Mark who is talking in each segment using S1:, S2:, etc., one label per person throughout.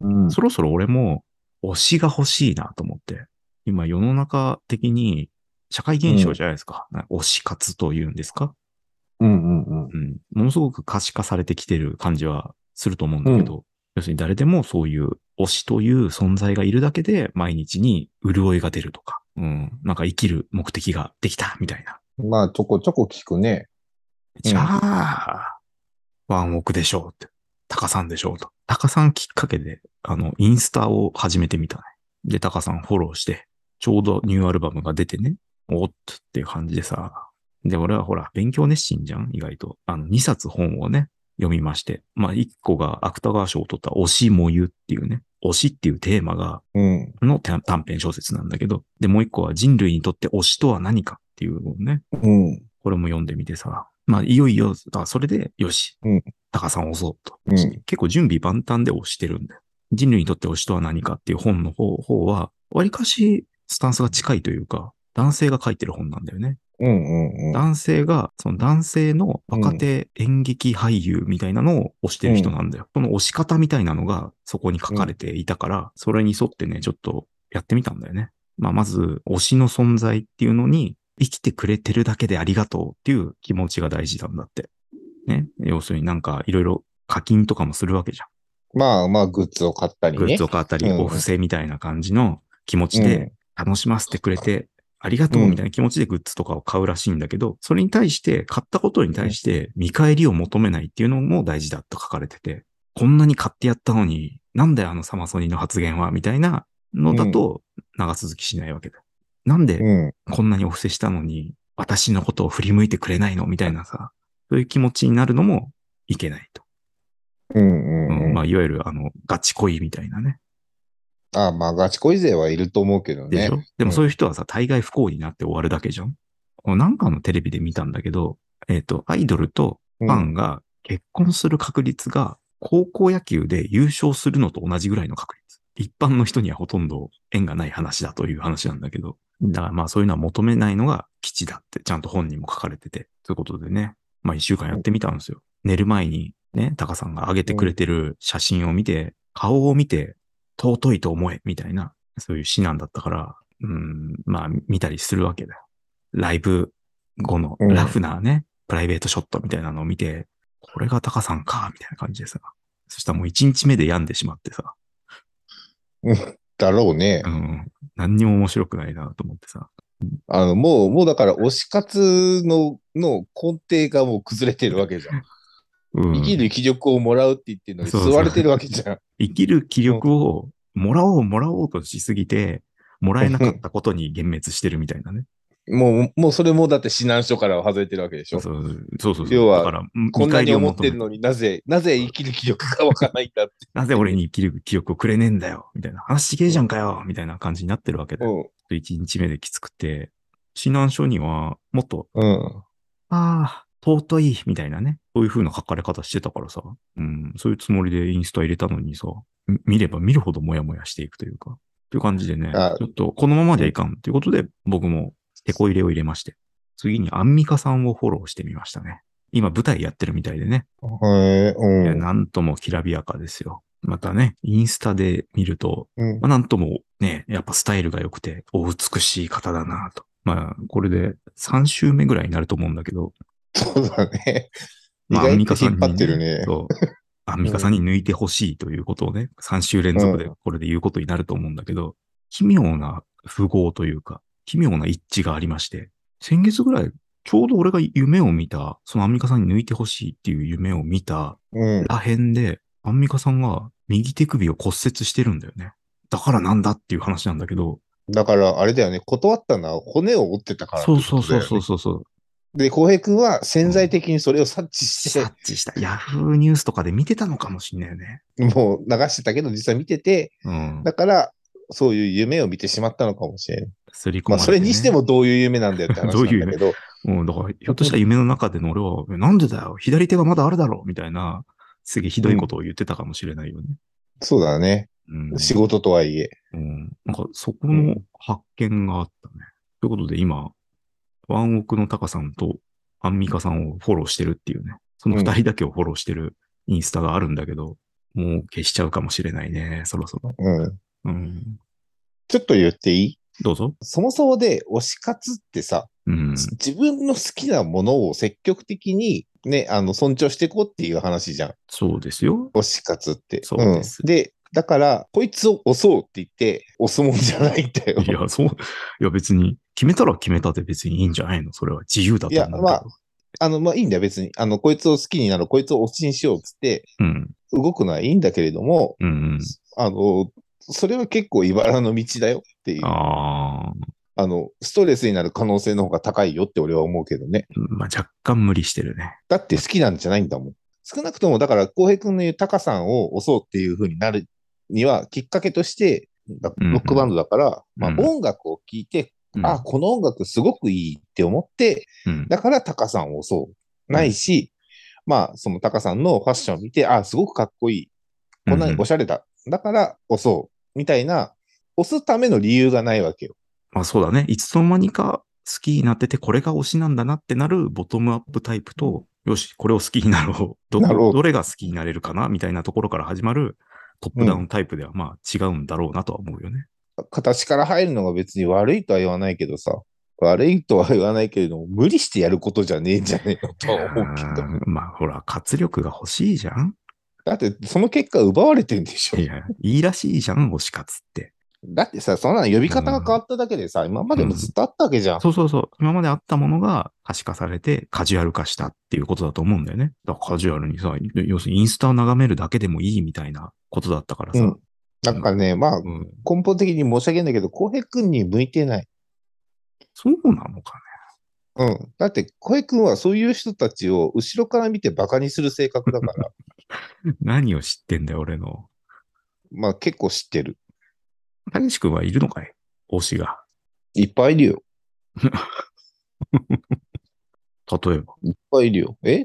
S1: うん。
S2: そろそろ俺も推しが欲しいなと思って。今世の中的に社会現象じゃないですか。な推し活というんですか
S1: うんうんうん。
S2: うん。ものすごく可視化されてきてる感じはすると思うんだけど、要するに誰でもそういう推しという存在がいるだけで毎日に潤いが出るとか、うん。なんか生きる目的ができたみたいな。
S1: まあ、ちょこちょこ聞くね。
S2: じゃあ、ワンオクでしょうって。タカさんでしょうと。タカさんきっかけで、あの、インスタを始めてみたね。で、タカさんフォローして、ちょうどニューアルバムが出てね。おっとっていう感じでさ。で、俺はほら、勉強熱心じゃん意外と。あの、2冊本をね、読みまして。まあ、1個が芥川賞を取った推しもゆっていうね。推しっていうテーマが、
S1: うん。
S2: の短短編小説なんだけど。で、もう1個は人類にとって推しとは何かっていうのをね、
S1: うん。
S2: これも読んでみてさ。まあ、いよいよ、あそれで、よし。
S1: うん
S2: タカさん押そうと。
S1: うん
S2: 結構準備万端で押してるんだよ。人類にとって推しとは何かっていう本の方方は、わりかしスタンスが近いというか、男性が書いてる本なんだよね。
S1: うんうんうん。
S2: 男性が、その男性の若手演劇俳優みたいなのを推してる人なんだよ。その推し方みたいなのがそこに書かれていたから、それに沿ってね、ちょっとやってみたんだよね。まあ、まず、推しの存在っていうのに、生きてくれてるだけでありがとうっていう気持ちが大事なんだって。ね。要するになんかいろいろ課金とかもするわけじゃん。
S1: まあまあ、グッズを買ったりね。
S2: グッズを買ったり、
S1: うん
S2: お布施みたいな感じの気持ちで楽しませてくれて、ありがとうみたいな気持ちでグッズとかを買うらしいんだけど、それに対して、買ったことに対して見返りを求めないっていうのも大事だと書かれてて、こんなに買ってやったのに、なんだよあのサマソニの発言は、みたいなのだと長続きしないわけだ。なんで
S1: うん。
S2: こんなにお布施したのに、私のことを振り向いてくれないのみたいなさ、そういう気持ちになるのもいけないと。
S1: うんう
S2: うん
S1: んうん。
S2: まあ、いわゆるあの、ガチ恋みたいなね。
S1: ああ、まあ、ガチ恋勢はいると思うけど
S2: で
S1: ね
S2: しょ。でもそういう人はさ、大概不幸になって終わるだけじゃん。このなんかのテレビで見たんだけど、えっ、と、アイドルと
S1: う
S2: フ
S1: ん
S2: ァンが結婚する確率が高校野球で優勝するのと同じぐらいの確率。一般の人にはほとんど縁がない話だという話なんだけど。だからまあそういうのは求めないのが吉だってちゃんと本人も書かれてて。ということでね、まあ一週間やってみたんですよ。寝る前にね、タカさんが上げてくれてる写真を見て、顔を見て、尊いと思え、みたいな、そういう詩なんだったから、うん、まあ見たりするわけだよ。ライブ後のラフなね、プライベートショットみたいなのを見て、これがタカさんか、みたいな感じでさ。そしたらもう一日目で病んでしまってさ、
S1: だろうね
S2: う。ん、何にも面白くないなと思ってさ。
S1: あの、もう、もうだから、推し活の、の根底がもう崩れてるわけじゃん。
S2: うん、
S1: 生きる気力をもらうって言ってるのに、
S2: そうそう
S1: 吸われてるわけじゃん。
S2: 生きる気力をもらおうもらおうとしすぎて、もらえなかったことに幻滅してるみたいなね。
S1: もう、もうそれもだって指南書からは外れてるわけでし
S2: そ
S1: ょ
S2: う。そうそうそう。
S1: 要は
S2: だから、
S1: こんなに思ってる
S2: の。
S1: のになぜ、なぜ生きる気力がわかないんだって。
S2: なぜ俺に生きる気力をくれねえんだよみたいな。話ちげえじゃんかよみたいな感じになってるわけで。ちょっ
S1: うん。
S2: と一日目できつくて、指南書にはもっと
S1: うん。
S2: ああ、尊い、みたいなね。そういう風な書かれ方してたからさ。うん、そういうつもりでインスタ入れたのにさ、み見れば見るほどモヤモヤしていくというか、という感じでね、
S1: あ
S2: ちょっとこのままじゃいかんということで、僕もテコ入れを入れまして、次にアンミカさんをフォローしてみましたね。今舞台やってるみたいでね。
S1: へえ
S2: い
S1: うん
S2: やなんともきらびやかですよ。またね、インスタで見ると、
S1: うん。
S2: まあ、なんともね、やっぱスタイルが良くて、お美しい方だなと。まあ、これで3週目ぐらいになると思うんだけど、
S1: そうだね。意
S2: まあ、アンミ
S1: 外
S2: カ
S1: と
S2: さ
S1: 引っ
S2: んに、
S1: 張ってるね。
S2: そう。アンミカさんに抜いてほしいということをね、3週連続でこれで言うことになると思うんだけど、奇妙な符号というか、奇妙な一致がありまして、先月ぐらい、ちょうど俺が夢を見た、そのアンミカさんに抜いてほしいっていう夢を見た
S1: うん。
S2: ら辺で、アンミカさんが右手首を骨折してるんだよね。だからなんだっていう話なんだけど、
S1: だから、あれだよね。断ったのは骨を折ってたからって
S2: そ
S1: こ
S2: う
S1: とだよ
S2: そ
S1: ね、
S2: うそうそうそうそう。
S1: で、浩平君は潜在的にそれを察知して、
S2: 察知した。ヤフーニュースとかで見てたのかもしんないよね。
S1: もう流してたけど、実際見てて、
S2: うん。
S1: だから、そういう夢を見てしまったのかもしれない。
S2: すり込
S1: ま
S2: ま
S1: あ、
S2: れ
S1: そ
S2: てね
S1: れにしてもどういう夢なんだよって話 なんだけど、
S2: うん、だから、ひょっとしたら夢の中での俺は、えなんでだよ、左手がまだあるだろう、みたいな、すげえひどいことを言ってたかもしれないよね。
S1: そうだね。
S2: うん。
S1: 仕事とはいえ。
S2: うん。なんか、そこの発見があったね。ということで、今、ワンオクのタカさんとアンミカさんをフォローしてるっていうね、その二人だけをフォローしてるインスタがあるんだけど、もう消しちゃうかもしれないね、そろそろ。
S1: うん。
S2: うん。
S1: ちょっと言っていい
S2: どうぞ。
S1: そもそもで推し活ってさ、
S2: うん。
S1: 自分の好きなものを積極的にね、あの、尊重していこうっていう話じゃん。
S2: そうですよ。
S1: 推し活って。
S2: そうです
S1: んで、だから、こいつを推そうって言って、推すもんじゃないんだよ。
S2: いや、そう、いや別に、決めたら決めたで別にいいんじゃないのそれは自由だと思うけど。
S1: いやまあ あの、まあいいんだよ、別に。あの、こいつを好きになろう、こいつを推しにしようっつって、
S2: うん。
S1: 動くのはいいんだけれども、
S2: うんうん。
S1: あの、それは結構茨の道だよっていう。あ
S2: ああ、
S1: の、ストレスになる可能性の方が高いよって俺は思うけどね。
S2: まあ若干無理してるね。
S1: だって好きなんじゃないんだもん。少なくとも、だから、浩平君の言うタカさんを推そうっていう風になるには、きっかけとして、だ
S2: うんうん
S1: ロックバンドだから、まあ
S2: うん
S1: 音楽を聴いて、
S2: うん、
S1: あ、この音楽すごくいいって思って、
S2: うん、
S1: だからタカさんをそう。ないし、まあ、そのタカさんのファッションを見て、あ、すごくかっこいい。こんな
S2: う
S1: に
S2: んうん
S1: おしゃれだ。だから、押そう。みたいな、押すための理由がないわけよ。
S2: まあそうだね。いつの間にか好きになってて、これが推しなんだなってなるボトムアップタイプと、よし、これを好きになろう。ど
S1: なろう
S2: どれが好きになれるかなみたいなところから始まるトップダウンタイプではまあ違うんだろうなとは思うよね。
S1: 形から入るのが別に悪いとは言わないけどさ。悪いとは言わないけれども、無理してやることじゃねえんじゃねえのとは思うけど。
S2: うんまあほら、活力が欲しいじゃん
S1: だって、その結果奪われてんでしょ
S2: い。や、いいらしいじゃん、推し活って。
S1: だってさ、そんなの呼び方が変わっただけでさ、今までもずっとあったわけじゃん。
S2: そうそうそう。今まであったものが可視化されてカジュアル化したっていうことだと思うんだよね。だからカジュアルにさ、要するにインスタを眺めるだけでもいいみたいなことだったからさ。
S1: うんなんかね、まあ、
S2: うん
S1: 根本的に申し訳ないんだけど、浩平君に向いてない。
S2: そうなのかね。
S1: うん。だって、小江君はそういう人たちを後ろから見てバカにする性格だから、
S2: 何を知ってんだよ、俺の。
S1: まあ結構知ってる。
S2: たけし君はいるのかい推しが。
S1: いっぱいいるよ。
S2: 例えば。
S1: いっぱいいるよ。え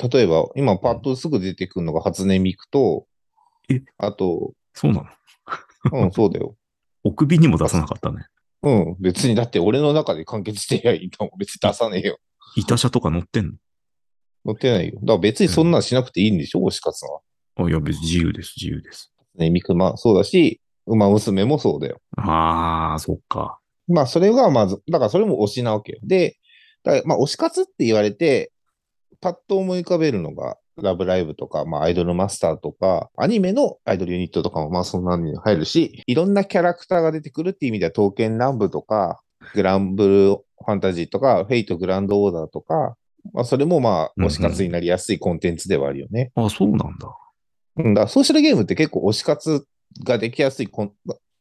S1: 例えば、今パッとすぐ出てくるのが初音ミクと
S2: え、
S1: あと、
S2: そうなの
S1: うん、そうだよ。
S2: お首にも出さなかったね。
S1: うん、別にだって俺の中で完結してりゃいいんだもん。別に出さねえよ。
S2: 板車とか乗ってん
S1: 載ってないよ。だから別にそんなんしなくていいんでしょ、推し活は。
S2: のあ、いや、別に自由です、自由です。
S1: 初音ミク、まあそうだし、馬娘もそうだよ。
S2: ああ、そっか。
S1: まあ、それがまず、だからそれも推しなわけよ。で、だからまあ、推し活って言われて、パッと思い浮かべるのが、ラブライブとか、まあ、アイドルマスターとか、アニメのアイドルユニットとかも、まあ、そんなのに入るし、いろんなキャラクターが出てくるっていう意味では、刀剣乱舞とか、グランブルーファンタジーとか、フェイトグランドオーダーとか、まあ、それもまあ、推し活になりやすいコンテンツではあるよね。
S2: あそうなんだ。
S1: うん、だからソーシャルゲームって結構推し活ができやすいコン、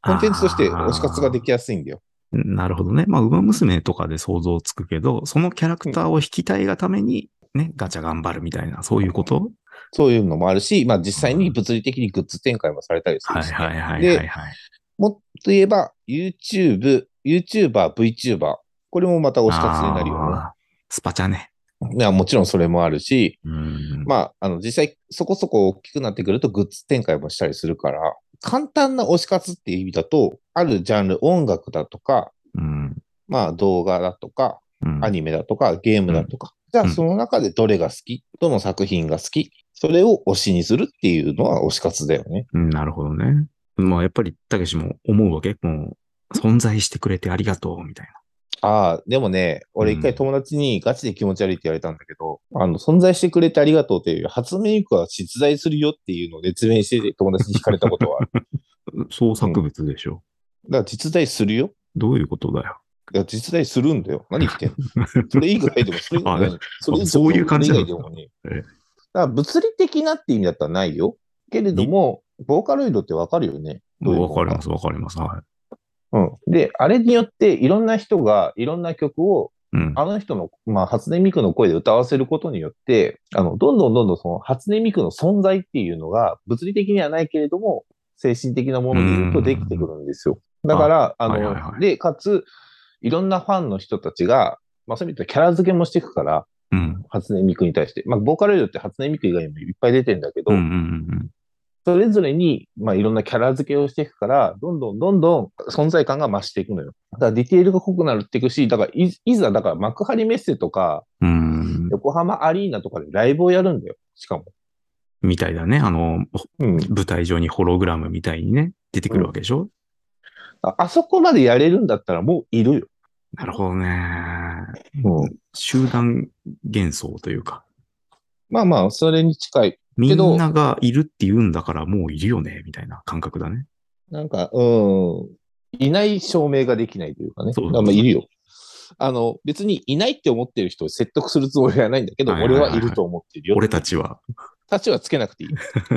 S1: コンテンツとして推し活ができやすいんだよ。
S2: なるほどね。まあ、馬娘とかで想像つくけど、そのキャラクターを引きたいがために、ね、ガチャ頑張るみたいな、そういうこと
S1: そういうのもあるし、まあ実際に物理的にグッズ展開もされたりす
S2: は
S1: る
S2: い
S1: し、
S2: はいはいはいはい。
S1: もっと言えば YouTube、YouTuber、VTuber、これもまた推し活になるよ
S2: あースパチャね。
S1: ね。いやもちろんそれもあるし、
S2: うん。
S1: まあ、あの実際そこそこ大きくなってくるとグッズ展開もしたりするから、簡単な推し活っていう意味だと、あるジャンル、音楽だとか、
S2: うん。
S1: まあ動画だとか、
S2: うん
S1: アニメだとか、ゲームだとか、じゃ
S2: う
S1: あ
S2: ん
S1: その中でどれが好き、どの作品が好き、それを推しにするっていうのは推し活だよね。
S2: うんなるほどね。まあ、やっぱり、たけしも思うわけもう、存在してくれてありがとう、みたいな。
S1: ああ、でもね、俺
S2: うん
S1: 一回友達にガチで気持ち悪いって言われたんだけど、あの、存在してくれてありがとうっていう、初音ミクは実在するよっていうのを熱弁して友達に惹かれた ことはある。だか
S2: 創作物でしょ。
S1: ら実在するよ。
S2: どういうことだよ。
S1: いや、実在するんだよ。何言ってんのそれ以外でも、それ以外でも、それ以外でも
S2: そういう感じ
S1: そ
S2: な
S1: れ
S2: の
S1: 以外でもね。
S2: え
S1: だ
S2: え
S1: から物理的なって意味だったらないよ。けれども、ボーカロイドってわかるよね。どういうの
S2: わかります、わかります。は
S1: うん。で、あれによっていろんな人がいろんな曲を
S2: い。うん。
S1: あの人の、まあ、初音ミクの声で歌わせることによって、あの、どんどんどんどんその初音ミクの存在っていうのが、物理的にはないけれども、精神的なもので言うとできてくるんですよ。だから、あの、
S2: はいはいはい
S1: で、かつ、いろんなファンの人たちが、まあ、そういう意味ではキャラ付けもしていくから、
S2: うん。
S1: 初音ミクに対して。まあ、ボーカロイドって初音ミク以外にもいっぱい出てんだけど、
S2: うんうんうん
S1: それぞれに、まあ、いろんなキャラ付けをしていくから、どんどんどんどん存在感が増していくのよ。だからディテールが濃くなっていくし、だからい、いざ、だから幕張メッセとか、
S2: うん。うん。
S1: 横浜アリーナとかでライブをやるんだよ。しかも。
S2: みたいだね。あの、
S1: うん。
S2: 舞台上にホログラムみたいにね、出てくるわけでしょ、
S1: ああそこまでやれるんだったらもういる
S2: なるほどね。
S1: よ。うん。
S2: 集団幻想というか、
S1: まあまあ、それに近い。
S2: み
S1: けど
S2: んながいるって言うんだからもういるよね、みたいな感覚だね。
S1: なんか、うん。いない証明ができないというかね。
S2: そう
S1: まあまあ、いるよ。あの、別にいないって思ってる人を説得するつもりはないんだけど、
S2: はいはいはいはい
S1: 俺はいると思ってるよ。
S2: 俺たちは。
S1: たちはつけなくていい。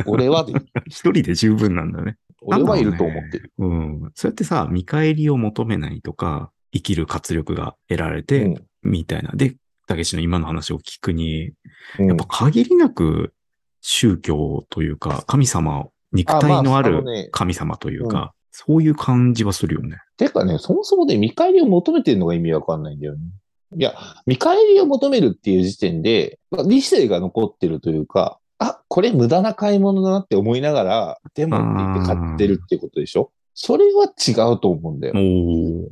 S1: 俺は でいい。
S2: 一人で十分なんだね。
S1: 俺はいると思ってる。
S2: うん。そうやってさ、見返りを求めないとか、生きる活力が得られて、
S1: うん
S2: みたいな。で、たけしの今の話を聞くに、
S1: うん
S2: やっぱ限りなく宗教というか、神様を、肉体のあ
S1: あまああ
S2: る
S1: のね
S2: 神様というか、そういう感じはするよね。
S1: てかね、そもそもで見返りを求めてるのが意味わかんないんだよね。いや、見返りを求めるっていう時点で、まあ理性が残ってるというか、あ、これ無駄な買い物だなって思いながら、でもって言って買ってるってことでしょそれは違うと思うんだよ。
S2: おー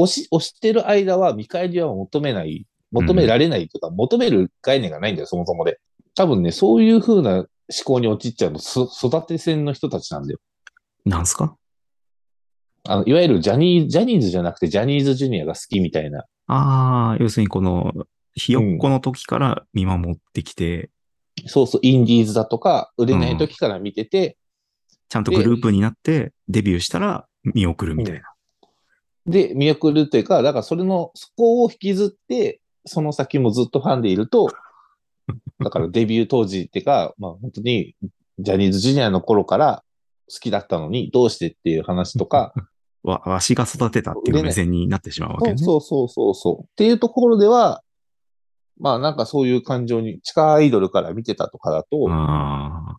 S1: 押し、押してる間は見返りは求めない、求められないというか、求める概念がないんだよ、そもそもで。多分ね、そういう風な思考に陥っちゃうの、そ育て線の人たちなんだよ。
S2: なんすか
S1: あの、いわゆるジャニー、ジャニーズじゃなくてジャニーズジュニアが好きみたいな。
S2: ああ、要するにこの、ひよっこの時から見守ってきて、
S1: そうそう、インディーズだとか、売れない時から見てて、
S2: ちゃんとグループになってデビューしたら見送るみたいな。
S1: で、見送るというか、だからそれの、そこを引きずって、その先もずっとファンでいる と、だからデビュー当時ってか、まあ本当に、ジャニーズジュニアの頃から好きだったのに、どうしてっていう話とか、
S2: わ、わしが育てたっていう目線になってしまうわけね。
S1: そうそうそうそう。っていうところでは、まあなんかそういう感情に、地下アイドルから見てたとかだと、
S2: あ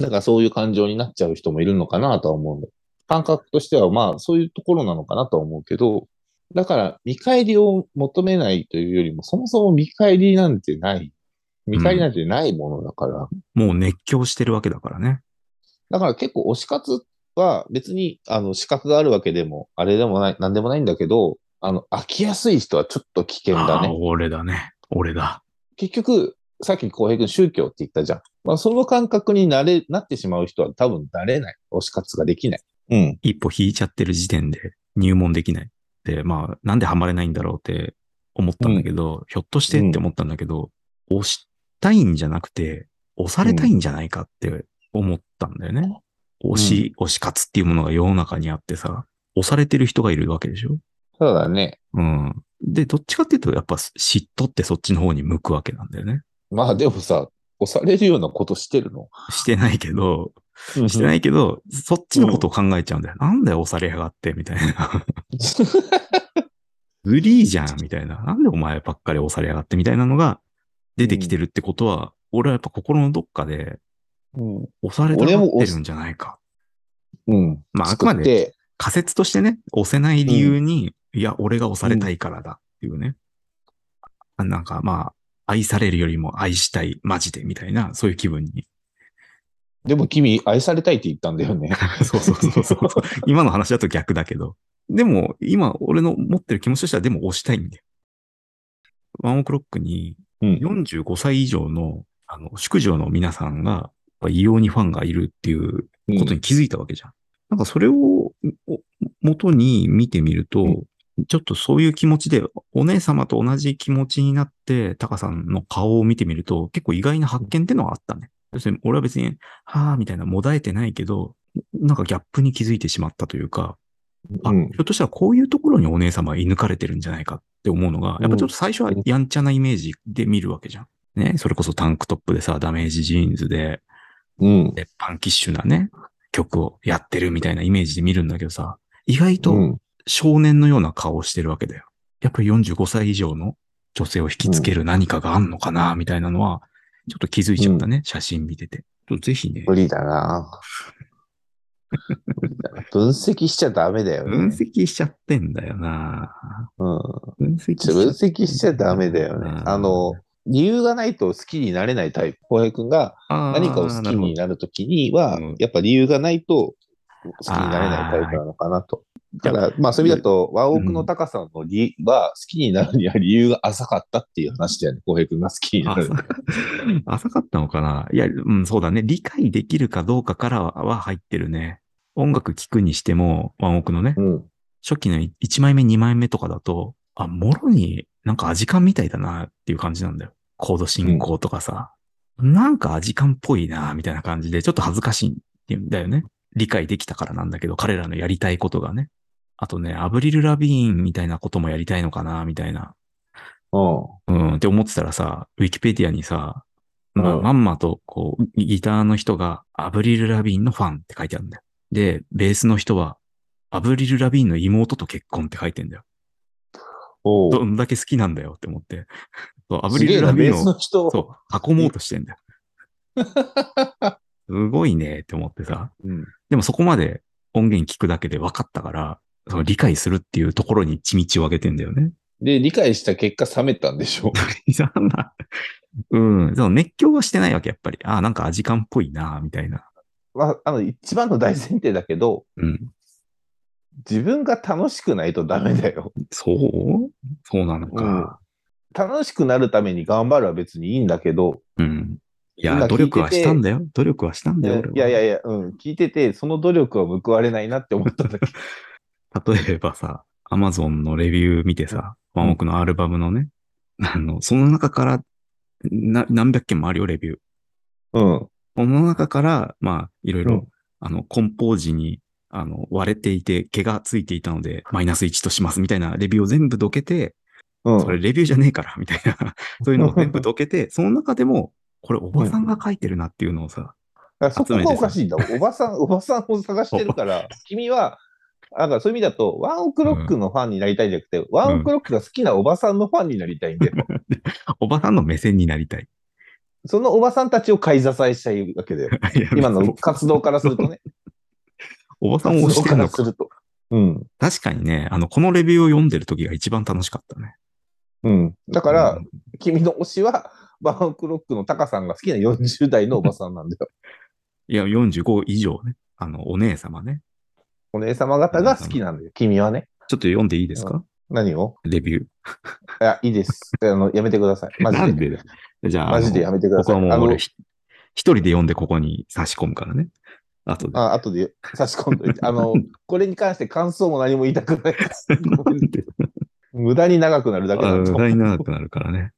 S1: なんかそういう感情になっちゃう人もいるのかなとは思うんだよ。感覚としてはまあそういうところなのかなとは思うけど、だから見返りを求めないというよりも、そもそも見返りなんてない。見返りなんてないものだから、
S2: ーもう熱狂してるわけだからね。
S1: だから結構推し活は別にあの資格があるわけでも、あれでもない、なんでもないんだけど、あの、飽きやすい人はちょっと危険だ
S2: あー
S1: ね。
S2: 俺だね。俺だ。
S1: 結局、さっき浩平君宗教って言ったじゃん。まあその感覚になれ、なってしまう人は多分なれない。推し活ができない。うん。
S2: 一歩引いちゃってる時点で入門できない。で、まあ、なんでハマれないんだろうって思ったんだけど、ひょっとしてって思ったんだけど、押したいんじゃなくて、押されたいんじゃないかって思ったんだよね。押し、押し活っていうものが世の中にあってさ、押されてる人がいるわけでしょ
S1: そうだね。
S2: うん。で、どっちかっていうと、やっぱ嫉妬ってそっちの方に向くわけなんだよね。
S1: まあでもさ、押されるようなことしてるの
S2: してないけど、して
S1: い。
S2: ないけど、そっちのことを考えちゃうんだよ。なんだよ、押されやがって、みたいな。フリーじゃん、みたいな。なんでお前ばっかり押されやがって、みたいなのが出てきてるってことは、俺はやっぱ心のどっかで
S1: うん。
S2: 押されたがってるんじゃないか。
S1: うん。
S2: まああくまで
S1: 作って
S2: 仮説としてね、押せない理由に、いや、俺が押されたいからだっていうね。あなんかまあ、愛されるよりも愛したい、マジで、みたいな、そういう気分 に
S1: でも君、愛されたいって言ったんだよね。
S2: そうそうそうそう。今の話だと逆だけど。でも、今、俺の持ってる気持ちとしては、でも押したいんだよ。ワンオクロックに、
S1: うん。
S2: 45歳以上の、あの、宿女の皆さんが、異様にファンがいるっていう
S1: うん
S2: ことに気づいたわけじゃん。なんかそれを、お元に見てみると、
S1: うん
S2: ちょっとそういう気持ちで、お姉様と同じ気持ちになって、タカさんの顔を見てみると、結構意外な発見ってのはあったね。要するに、俺は別に、はぁ、みたいな、もだえてないけど、なんかギャップに気づいてしまったというか、あ、
S1: うん
S2: ひょっとしたらこういうところにお姉様は射抜かれてるんじゃないかって思うのが、やっぱちょっと最初はやんちゃなイメージで見るわけじゃん。ね、それこそタンクトップでさ、ダメージジーンズで、
S1: うん。
S2: でパンキッシュなね、曲をやってるみたいなイメージで見るんだけどさ、意外
S1: う
S2: と
S1: ん
S2: 少年のような顔をしてるわけだよ。やっぱり45歳以上の女性を引きつける何かがあんのかな、みたいなのは、ちょっと気づいちゃったね、写真見てて。ちょっとぜひね、
S1: 無理だな。無理だな分析しちゃダメだよね。
S2: 分析しちゃってんだよな
S1: うん。
S2: 分析しちゃ
S1: 分析しちゃダメだよね。
S2: うん
S1: あの、理由がないと好きになれないタイプ。浩平君が何
S2: 何
S1: かを好きになるときには
S2: うん、
S1: やっぱ理由がないと好きになれないタイプなのかなと。だから、まあ、そういう意味だと、和奥の高さんの理は好きになるには理由が浅かったっていう話だよね。浩平君が好きになる
S2: 浅。か浅かったのかないや、うん、そうだね。理解できるかどうかからはは入ってるね。音楽聴くにしても、ワンオクのね、
S1: うん。
S2: 初期の1枚目、2枚目とかだと、あ、もろになんか味感みたいだなっていう感じなんだよ。コード進行とかさ。なんか味感っぽいなみたいな感じで、ちょっと恥ずかしいんだよね。理解できたからなんだけど、彼らのやりたいことがね。あとね、アブリル・ラビーンみたいなこともやりたいのかなみたいな。
S1: うん。
S2: うん、って思ってたらさ、ウィキペディアにさ、まあ
S1: うん
S2: まんまと、こう、ギターの人がアブリル・ラビーンのファンって書いてあるんだよ。で、ベースの人は、アブリル・ラビーンの妹と結婚って書いてんだよ。
S1: お
S2: ど
S1: うん
S2: だけ好きなんだよって思って。 そう、アブ
S1: す
S2: リ
S1: げえ
S2: ル・
S1: な、
S2: ラビ
S1: ベ
S2: ー
S1: ー
S2: ン
S1: ス
S2: を、
S1: の人。
S2: そう、囲もうとしてんだよ。すごいねって思ってさ。
S1: うん。
S2: でもそこまで音源聞くだけで分かったから、その理解するっていうところに血道を上げてんだよね。
S1: で、理解した結果冷めたんでし ょ。
S2: そんなうん。その熱狂はしてないわけ、やっぱり。ああ、なんか味感っぽいな、みたいな。
S1: まあ、あの、一番の大前提だけど、
S2: うん。
S1: 自分が楽しくないとダメだよ。
S2: そうそうなのか。
S1: 楽しくなるために頑張るは別にいいんだけど、
S2: うん。いや、
S1: 今聞いてて
S2: 努力はしたんだよ。努力はしたんだよ。俺はい
S1: やいやいや、うん、聞いてて、その努力は報われないなって思ったんだけど。
S2: 例えばさ、アマゾンのレビュー見てさ、ワンオクのアルバムのね、あの、その中から、な何百件もあるよ、レビュー。
S1: うん。
S2: その中から、まあ、いろいうろ
S1: ん、
S2: あの、梱包時に、あの、割れていて、毛がついていたので、マイナス1とします、みたいなレビューを全部どけて、
S1: うん。
S2: それレビューじゃねえから、みたい な、そういうのを全部どけて、その中でも、これおばさんが書いてるなっていうのをさ、
S1: あそこがおかしいんだ。おばさん、おばさんを探してるから、君は、なんかそういう意味だと、ワンオクロックのファンになりたいんじゃなくて、ワンオクロックが好きなおばさんのファンになりたいんで、
S2: おばさんの目線になりたい。
S1: そのおばさんたちを買い支えしたいわけだ よ。
S2: いや
S1: 今の活動からするとね。
S2: おばさんを
S1: 活 動
S2: 押してる
S1: か
S2: の
S1: ら
S2: か
S1: す。ると。うん。
S2: 確かにね、あの、このレビューを読んでる時が一番楽しかったね。
S1: うん。だか
S2: う
S1: ら
S2: ん、、
S1: 君の推しは、ワンオクロックのタカさんが好きな40代のおばさんなんだよ。
S2: いや、45以上ね、あの、お姉様ね。
S1: お姉様方が好きなんだよ。君はね。
S2: ちょっと読んでいいですか、
S1: 何を
S2: レビュー。
S1: いや、いいです。あの、やめてください。マジ
S2: なん
S1: で。
S2: でだよじゃあ、
S1: マジでやめてくだ
S2: ここ
S1: さい。
S2: はも
S1: あ
S2: う
S1: の
S2: 俺、ひ一人で読んでここに差し込むからね。あとで。
S1: あ後で差し込んどいて。あの、これに関して感想も何も言いたくないです。ごめん無駄に長くなるだけ
S2: あ
S1: だと
S2: 無。駄に長くなるからね。